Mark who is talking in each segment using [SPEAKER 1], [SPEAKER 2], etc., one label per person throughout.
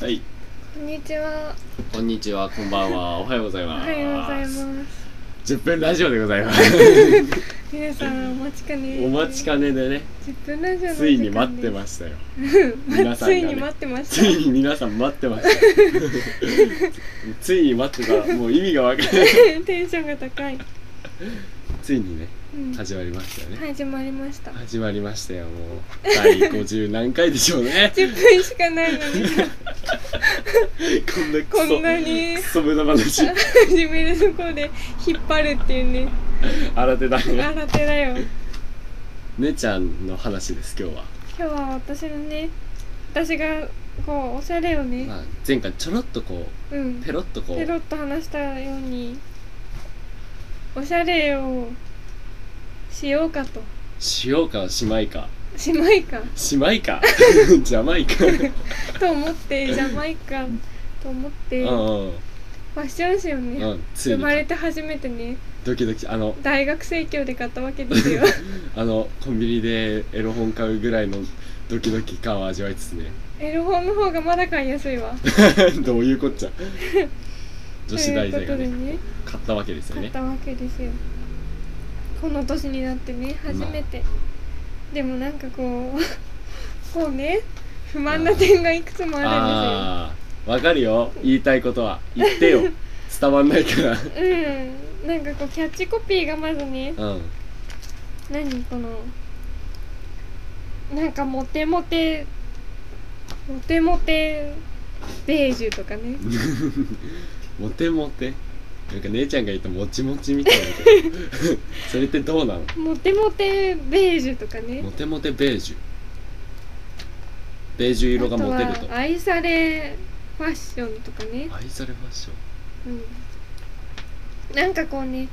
[SPEAKER 1] はい、
[SPEAKER 2] こんにちは。
[SPEAKER 1] こんにちは、こんばんは、おはようござい
[SPEAKER 2] お
[SPEAKER 1] ます。
[SPEAKER 2] はようございます。
[SPEAKER 1] す。10分ラジオでございます。
[SPEAKER 2] 皆さんお待ちかね。
[SPEAKER 1] お待ちかねでね、
[SPEAKER 2] 10分ラジオの
[SPEAKER 1] ついに待ってま
[SPEAKER 2] し
[SPEAKER 1] したよ。
[SPEAKER 2] た
[SPEAKER 1] 皆さん
[SPEAKER 2] つ
[SPEAKER 1] がね
[SPEAKER 2] いに待ってまし
[SPEAKER 1] つ
[SPEAKER 2] た。
[SPEAKER 1] いに皆さん待ってました。 ついに待ってた、もう意味がわか んない。
[SPEAKER 2] テンションが高い。
[SPEAKER 1] ついにね、
[SPEAKER 2] うん
[SPEAKER 1] 始まりましたよね。
[SPEAKER 2] 始まりました。。
[SPEAKER 1] 始まりましたよ、もう。第50何回でしょうね
[SPEAKER 2] 10分 しかないのに
[SPEAKER 1] こんなクソ、
[SPEAKER 2] こんなに
[SPEAKER 1] クソ無駄 話、
[SPEAKER 2] 始めるとこで引っ張るっていうね。
[SPEAKER 1] 新手だね。
[SPEAKER 2] 新手だよ。
[SPEAKER 1] 姉ちゃんの話です、今日は。
[SPEAKER 2] 今日は私のね、私がこうおしゃれをね、
[SPEAKER 1] まあ、前回ちょろっとこ
[SPEAKER 2] うん
[SPEAKER 1] う、ペロッとこ
[SPEAKER 2] ペロ
[SPEAKER 1] う、
[SPEAKER 2] ッと話したようにおしゃれをしようかと
[SPEAKER 1] しようかしまいか。
[SPEAKER 2] しまいか
[SPEAKER 1] しまい かジャマイカ
[SPEAKER 2] と思ってジャマイカと思って
[SPEAKER 1] う
[SPEAKER 2] フ
[SPEAKER 1] んうん
[SPEAKER 2] ァッション誌を
[SPEAKER 1] う
[SPEAKER 2] ね
[SPEAKER 1] んつい
[SPEAKER 2] 生
[SPEAKER 1] に
[SPEAKER 2] まれて初めてね
[SPEAKER 1] ドキドキあの
[SPEAKER 2] 大学生協で買ったわけですよ
[SPEAKER 1] あのコンビニでエロ本買うぐらいのドキドキ感を味わいつつ ね
[SPEAKER 2] エロ本の方がまだ買いやすいわ
[SPEAKER 1] どういうこっ ちゃ女子大生が
[SPEAKER 2] という
[SPEAKER 1] ね
[SPEAKER 2] ことでね
[SPEAKER 1] 買ったわけですよ
[SPEAKER 2] 買っ
[SPEAKER 1] ね
[SPEAKER 2] たわけですよこの年になってね初めて、でもなんかこうこう ね不満な点がいくつもあ
[SPEAKER 1] ああわかるよ言いたいことは言ってよ 伝わんないから
[SPEAKER 2] るんですようんなんかこうキャッチコピーがまずね
[SPEAKER 1] うん
[SPEAKER 2] 何このなんかモテモテモテモテベージュとかね
[SPEAKER 1] モテモテなんか姉ちゃんが言ったもちもちみたいな それってどうなの
[SPEAKER 2] モテモテベージュとかね
[SPEAKER 1] モテモテベージュベージュ色がモテる
[SPEAKER 2] あと
[SPEAKER 1] と
[SPEAKER 2] は愛されファッションとかね、
[SPEAKER 1] 愛されファッション
[SPEAKER 2] うん、なんかこうね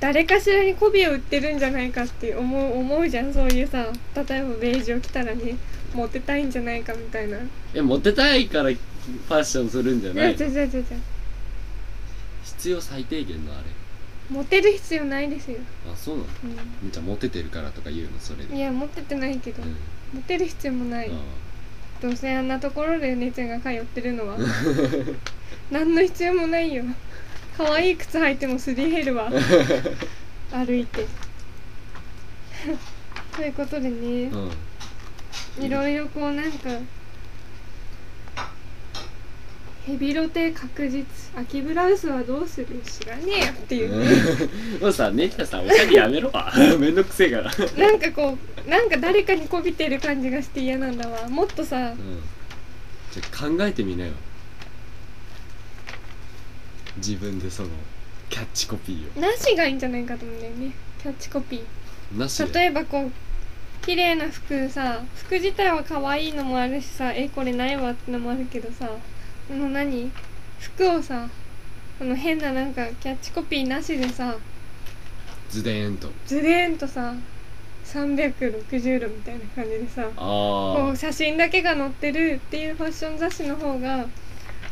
[SPEAKER 2] 誰かしらに媚びを売ってるんじゃないかって思う思うじゃんそういうさ例えばベージュを着たらねモテたいんじゃないかみたいな
[SPEAKER 1] えモテたいからファッションするんじゃない
[SPEAKER 2] じゃじゃじゃじゃ
[SPEAKER 1] 必要最低限のあれ
[SPEAKER 2] モテる必要ないですよ、
[SPEAKER 1] あそうなの
[SPEAKER 2] う
[SPEAKER 1] じゃあモテてるからとか言うのそれ
[SPEAKER 2] ん、
[SPEAKER 1] で
[SPEAKER 2] いやモテてないけど
[SPEAKER 1] うん
[SPEAKER 2] モテる必要もないどうせあんなところで姉ちゃんが通ってるの は何の必要もないよ可愛い靴履いてもすり減る わ歩いて ということでね
[SPEAKER 1] うん、うん、
[SPEAKER 2] いろいろこうなんかヘビロテ確実秋ブラウスはどうする知らねえよっていうね
[SPEAKER 1] もうさ姉ちゃんさおしゃれやめろわ めんどくせえから、
[SPEAKER 2] なんかこうなんか誰かにこびてる感じがして嫌なんだわもっとさ
[SPEAKER 1] うん、じゃあ考えてみなよ自分でそのキャッチコピーを
[SPEAKER 2] なしがいいんじゃないかと思うんだよねキャッチコピー
[SPEAKER 1] なしで
[SPEAKER 2] 例えばこう綺麗な服さ服自体は可愛いのもあるしさえこれないわってのもあるけどさあの何服をさあの変ななんかキャッチコピーなしでさ
[SPEAKER 1] ズデーンと
[SPEAKER 2] ずれーんとさ360度みたいな感じでさこ
[SPEAKER 1] あ
[SPEAKER 2] う写真だけが載ってるっていうファッション雑誌の方が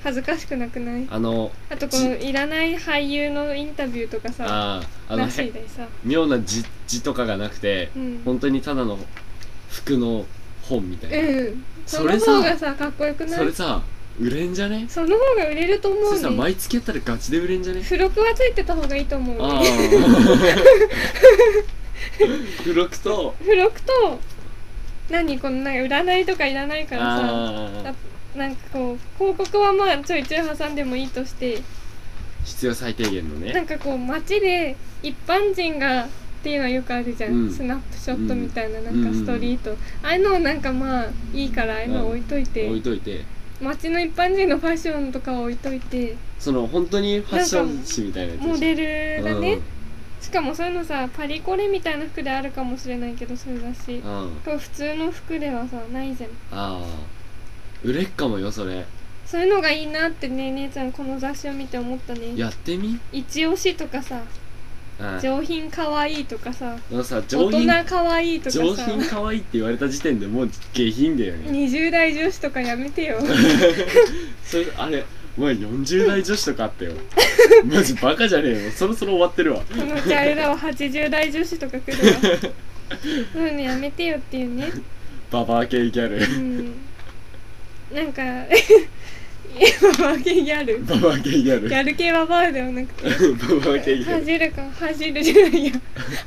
[SPEAKER 2] 恥ずかしくなくない
[SPEAKER 1] ああの
[SPEAKER 2] あとこのいらない俳優のインタビューとかさ
[SPEAKER 1] あああの
[SPEAKER 2] なし
[SPEAKER 1] へ
[SPEAKER 2] でさ
[SPEAKER 1] 妙な字字とかがなくて、
[SPEAKER 2] うん
[SPEAKER 1] 本当にただの服の本みたいな、
[SPEAKER 2] うんそ
[SPEAKER 1] そ
[SPEAKER 2] の
[SPEAKER 1] れさ
[SPEAKER 2] 方がさかっこよくない
[SPEAKER 1] それさ売れんじゃね
[SPEAKER 2] その方が売れると思
[SPEAKER 1] そうれさ
[SPEAKER 2] ね
[SPEAKER 1] 毎月やったらガチで売れんじゃね
[SPEAKER 2] 付録はついてた方がいいと思う
[SPEAKER 1] ああ
[SPEAKER 2] ね
[SPEAKER 1] 付録と
[SPEAKER 2] 付録と何このなんか占いとかいらないからさ
[SPEAKER 1] ああ
[SPEAKER 2] あなんかこう広告はまあちょいちょい挟んでもいいとして
[SPEAKER 1] 必要最低限の
[SPEAKER 2] な
[SPEAKER 1] ね
[SPEAKER 2] んかこう街で一般人がっていうのはよくあるじゃん、
[SPEAKER 1] うん
[SPEAKER 2] スナップショットみたいな、
[SPEAKER 1] ん
[SPEAKER 2] なんかストリート、ああいうのなんかまあいいからああいうの置いといて、
[SPEAKER 1] 置いといて
[SPEAKER 2] 街の一般人のファッションとかは置いといて
[SPEAKER 1] その本当にファッション誌みたいなやつ
[SPEAKER 2] モ
[SPEAKER 1] でしょ
[SPEAKER 2] デルがね、
[SPEAKER 1] うん
[SPEAKER 2] しかもそういうのさパリコレみたいな服であるかもしれないけどそれだし
[SPEAKER 1] うん
[SPEAKER 2] こう普通の服ではさないじゃん
[SPEAKER 1] ああ売れっかもよそれ
[SPEAKER 2] そういうのがいいなってね姉ちゃんこの雑誌を見て思ったね
[SPEAKER 1] やってみ
[SPEAKER 2] 一押しとかさ
[SPEAKER 1] ああ
[SPEAKER 2] 上品かわいいとかさ
[SPEAKER 1] あのさ上
[SPEAKER 2] 大
[SPEAKER 1] 品
[SPEAKER 2] 人かわいいとかさ
[SPEAKER 1] 上品可愛いって言われた時点でもう下品だよね
[SPEAKER 2] 20代女子とかやめ てよ
[SPEAKER 1] それあれお前40代女子とかあ ったよマジバカじゃねえよそろそろ終わってるわ
[SPEAKER 2] そのうちあれだわ80代女子とか 来るわそういうのやめてよっていうね
[SPEAKER 1] ババア系ギャル
[SPEAKER 2] うんなんかババア系ギャル
[SPEAKER 1] ババア系ギャル
[SPEAKER 2] ギャル系ババアではなくて
[SPEAKER 1] ババア系ギャ
[SPEAKER 2] 恥
[SPEAKER 1] ル
[SPEAKER 2] じるか恥じるじゃな いや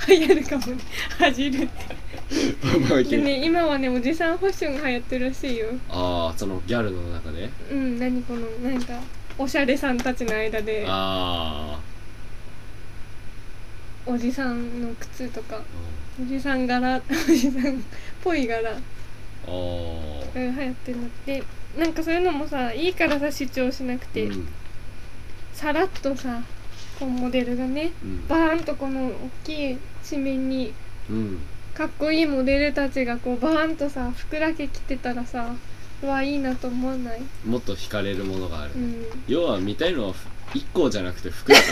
[SPEAKER 2] 流行るかもね恥じるって
[SPEAKER 1] ババア系
[SPEAKER 2] でね今はねおじさんファッションが流行ってるらしいよ
[SPEAKER 1] ああそのギャルの中で
[SPEAKER 2] うん何このなんかおしゃれさんたちの間で
[SPEAKER 1] あ
[SPEAKER 2] おじさんの靴とか
[SPEAKER 1] あ
[SPEAKER 2] おじさん柄 おじさんっぽい柄
[SPEAKER 1] あー
[SPEAKER 2] が流行ってるのってなんかそういうのもさいいからさ主張しなくて、
[SPEAKER 1] うん
[SPEAKER 2] さらっとさこうモデルがね
[SPEAKER 1] うん
[SPEAKER 2] バーンとこの大きい紙面に
[SPEAKER 1] うん
[SPEAKER 2] かっこいいモデルたちがこうバーンとさ服だけ着てたらさうわいいなと思わない
[SPEAKER 1] もっと惹かれるものがある、
[SPEAKER 2] うん
[SPEAKER 1] 要は見たいのは1個じゃなくて服だか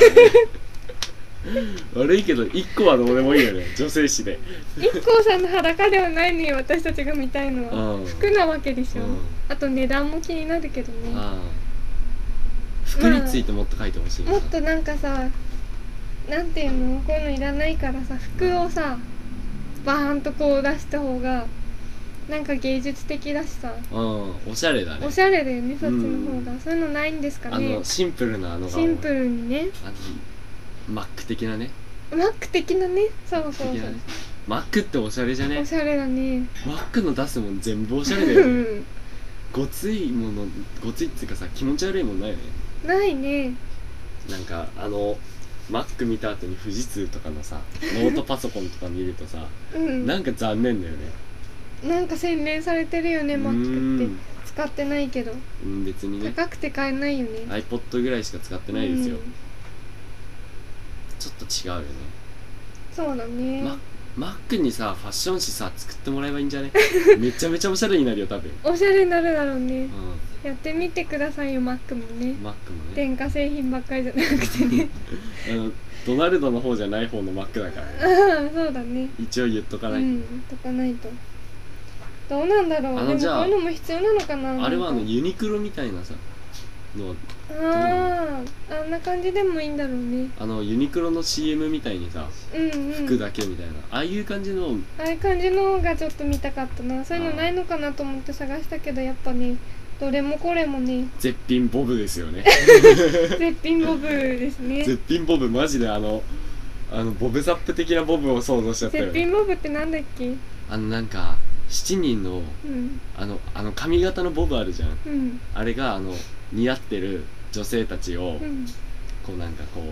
[SPEAKER 1] ら ね悪いけど1個はどうでもいいよね女性誌で
[SPEAKER 2] 一 k さんの裸ではないのに私たちが見たいの
[SPEAKER 1] う
[SPEAKER 2] は
[SPEAKER 1] ん
[SPEAKER 2] 服なわけでしょ、
[SPEAKER 1] うん
[SPEAKER 2] あと値段も気になるけどね
[SPEAKER 1] あー服についてもっと書いてほしいな、
[SPEAKER 2] もっとなんかさなんていうのこういうのいらないからさ服をさバーンとこう出した方がなんか芸術的だしさ
[SPEAKER 1] うんおしゃれだね
[SPEAKER 2] おしゃれだよねそっちの方が、そういうのないんですか
[SPEAKER 1] あ
[SPEAKER 2] ね
[SPEAKER 1] のシンプルなあのが
[SPEAKER 2] シンプルにね
[SPEAKER 1] あのマック的なね
[SPEAKER 2] マック的なねそうそうそう
[SPEAKER 1] 的なねマックっておしゃれじゃ
[SPEAKER 2] お
[SPEAKER 1] ね
[SPEAKER 2] しゃれだね
[SPEAKER 1] マックの出すもん全部おしゃれだ
[SPEAKER 2] う
[SPEAKER 1] よ ね
[SPEAKER 2] ん
[SPEAKER 1] ごついものごついっていうかさ気持ち悪いもんないよね
[SPEAKER 2] ないね
[SPEAKER 1] なんかあのマック見た後に富士通とかの さノートパソコンとか見るとさ
[SPEAKER 2] うんな
[SPEAKER 1] なんか残念だよね
[SPEAKER 2] んか洗練されてるよねマックって使ってないけど
[SPEAKER 1] うんうん別にね
[SPEAKER 2] 高くて買えないよね
[SPEAKER 1] iPod ぐらいしか使ってないですよ、
[SPEAKER 2] うん
[SPEAKER 1] ちょっと違うよね
[SPEAKER 2] そうだね、
[SPEAKER 1] ママックにさファッション誌さ作ってもらえばいいん じゃねめちゃめちゃおしゃれになるよ多分
[SPEAKER 2] おしゃれになるだろうね
[SPEAKER 1] う
[SPEAKER 2] やってみてくださいよマックもね
[SPEAKER 1] んマックもね
[SPEAKER 2] 電化製品ばっかりじゃなく てね
[SPEAKER 1] あのドナルドの方じゃない方のマックだからね
[SPEAKER 2] ああそうだね
[SPEAKER 1] 一応言っとか
[SPEAKER 2] う
[SPEAKER 1] ない、
[SPEAKER 2] んとかないとどうなんだろう
[SPEAKER 1] あの
[SPEAKER 2] でも
[SPEAKER 1] じゃあ
[SPEAKER 2] こういうのも必要なのかな
[SPEAKER 1] あれはあの
[SPEAKER 2] なんか
[SPEAKER 1] ユニクロみたいなさの
[SPEAKER 2] あーあんな感じでもいいんだろうね
[SPEAKER 1] あのユニクロの CM みたいにさ
[SPEAKER 2] うんうん
[SPEAKER 1] 服だけみたいな、ああいう感じの
[SPEAKER 2] ああいう感じのがちょっと見たかったなそういうのないのかなと思って探したけどやっぱねどれもこれ もね
[SPEAKER 1] 絶品ボブですよね
[SPEAKER 2] 絶品ボブですね
[SPEAKER 1] 絶品ボブマジであのあのボブサップ的なボブを想像しちゃったよ
[SPEAKER 2] 絶
[SPEAKER 1] ね
[SPEAKER 2] 品ボブってなんだっけ
[SPEAKER 1] あのなんか7人の
[SPEAKER 2] うん
[SPEAKER 1] あのあの髪型のボブあるじゃん
[SPEAKER 2] うん
[SPEAKER 1] あれがあの似合ってる女性たちを
[SPEAKER 2] うん
[SPEAKER 1] こうなんかこう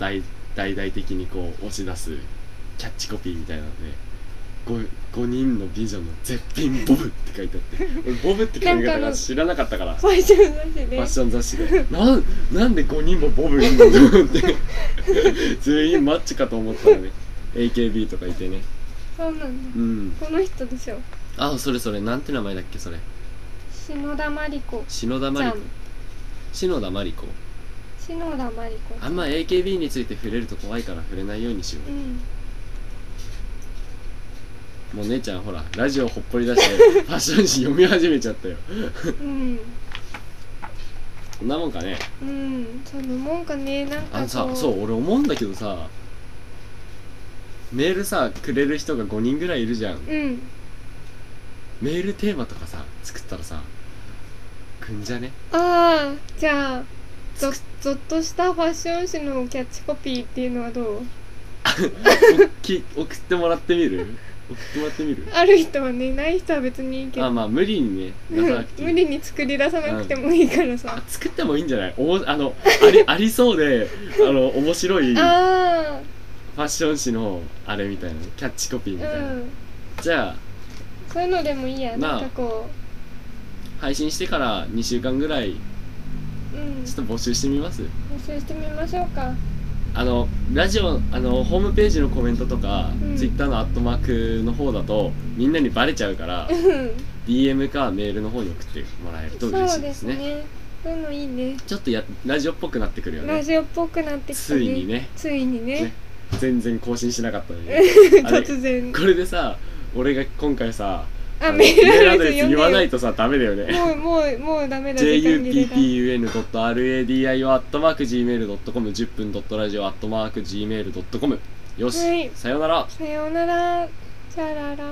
[SPEAKER 1] 大大々的にこう押し出すキャッチコピーみたいなので 5, 5人の美女の絶品ボブって書いてあって 俺ボブって髪型が知らなかったから
[SPEAKER 2] ファッション雑誌で
[SPEAKER 1] ファッション雑誌で「なんなんで5人もボブいるの?」と思って 全員マッチかと思ったのね AKB とかいてね
[SPEAKER 2] そうなんだ
[SPEAKER 1] うん
[SPEAKER 2] この人でしょ
[SPEAKER 1] あそれそれなんて名前だっけそれ
[SPEAKER 2] 篠田麻里子
[SPEAKER 1] 篠田
[SPEAKER 2] ち
[SPEAKER 1] 麻
[SPEAKER 2] ゃ
[SPEAKER 1] 里
[SPEAKER 2] ん
[SPEAKER 1] 子篠田麻里子
[SPEAKER 2] 篠田麻里子
[SPEAKER 1] あんま AKB について触れると怖いから触れないようにしよ
[SPEAKER 2] うん
[SPEAKER 1] うもう姉ちゃんほらラジオほっぽり出して ファッション誌読み始めちゃったよ
[SPEAKER 2] うん
[SPEAKER 1] こんなもんかね
[SPEAKER 2] うんそのもんかねなん
[SPEAKER 1] あ
[SPEAKER 2] か
[SPEAKER 1] の
[SPEAKER 2] こ
[SPEAKER 1] さ
[SPEAKER 2] う
[SPEAKER 1] そう俺思うんだけどさメールさくれる人が5人ぐらいいるじゃん
[SPEAKER 2] うん
[SPEAKER 1] メールテーマとかさ作ったらさくんじゃね
[SPEAKER 2] ああじゃあぞぞっとしたファッション誌のキャッチコピーっていうのはどう
[SPEAKER 1] き送ってもらってみ る送ってもらってみる
[SPEAKER 2] ある人はねない人は別にいいけ
[SPEAKER 1] あ
[SPEAKER 2] ど
[SPEAKER 1] まあ無理にね
[SPEAKER 2] う
[SPEAKER 1] 出さなんくていい
[SPEAKER 2] 無理に作り出さなくてもいいからさ
[SPEAKER 1] あ作ってもいいんじゃないおもあのありありそうであの面白いファ
[SPEAKER 2] あ
[SPEAKER 1] ッション誌のあれみたいなキャッチコピーみ
[SPEAKER 2] あ
[SPEAKER 1] たいな、
[SPEAKER 2] うん
[SPEAKER 1] じゃあ
[SPEAKER 2] そういうのでもいいや
[SPEAKER 1] な
[SPEAKER 2] な
[SPEAKER 1] あ
[SPEAKER 2] んかこ
[SPEAKER 1] 配信してから2週間ぐらいう
[SPEAKER 2] うん
[SPEAKER 1] ちょっと募集してみます
[SPEAKER 2] 募集してみましょう か
[SPEAKER 1] あのラジオあのホームページのコメントとか、
[SPEAKER 2] うん
[SPEAKER 1] ツイッターのアットマークの方だとみんなにバレちゃうから
[SPEAKER 2] うん
[SPEAKER 1] DM かメールの方に送ってもらえると嬉し
[SPEAKER 2] そ
[SPEAKER 1] いうで
[SPEAKER 2] ですす
[SPEAKER 1] ね
[SPEAKER 2] ねそういうのいいね
[SPEAKER 1] ちょっとやラジオっぽくなってくるよ
[SPEAKER 2] ラ
[SPEAKER 1] ね
[SPEAKER 2] ジオっぽくなってきた
[SPEAKER 1] つ
[SPEAKER 2] ね
[SPEAKER 1] いにね
[SPEAKER 2] ついにね
[SPEAKER 1] ね全然更新しなかったのにあれ
[SPEAKER 2] 突然
[SPEAKER 1] これでさ俺が今回さ
[SPEAKER 2] あ
[SPEAKER 1] の
[SPEAKER 2] メールアド
[SPEAKER 1] メ
[SPEAKER 2] レ
[SPEAKER 1] ー
[SPEAKER 2] ス読んで
[SPEAKER 1] 言
[SPEAKER 2] よ
[SPEAKER 1] わないとさダメだよね
[SPEAKER 2] もうもうもうダメだ時間切れだ
[SPEAKER 1] jupun.radio.gmail.com 10分 .radio.gmail.com よし、
[SPEAKER 2] はい
[SPEAKER 1] さようなら
[SPEAKER 2] さようならチャララ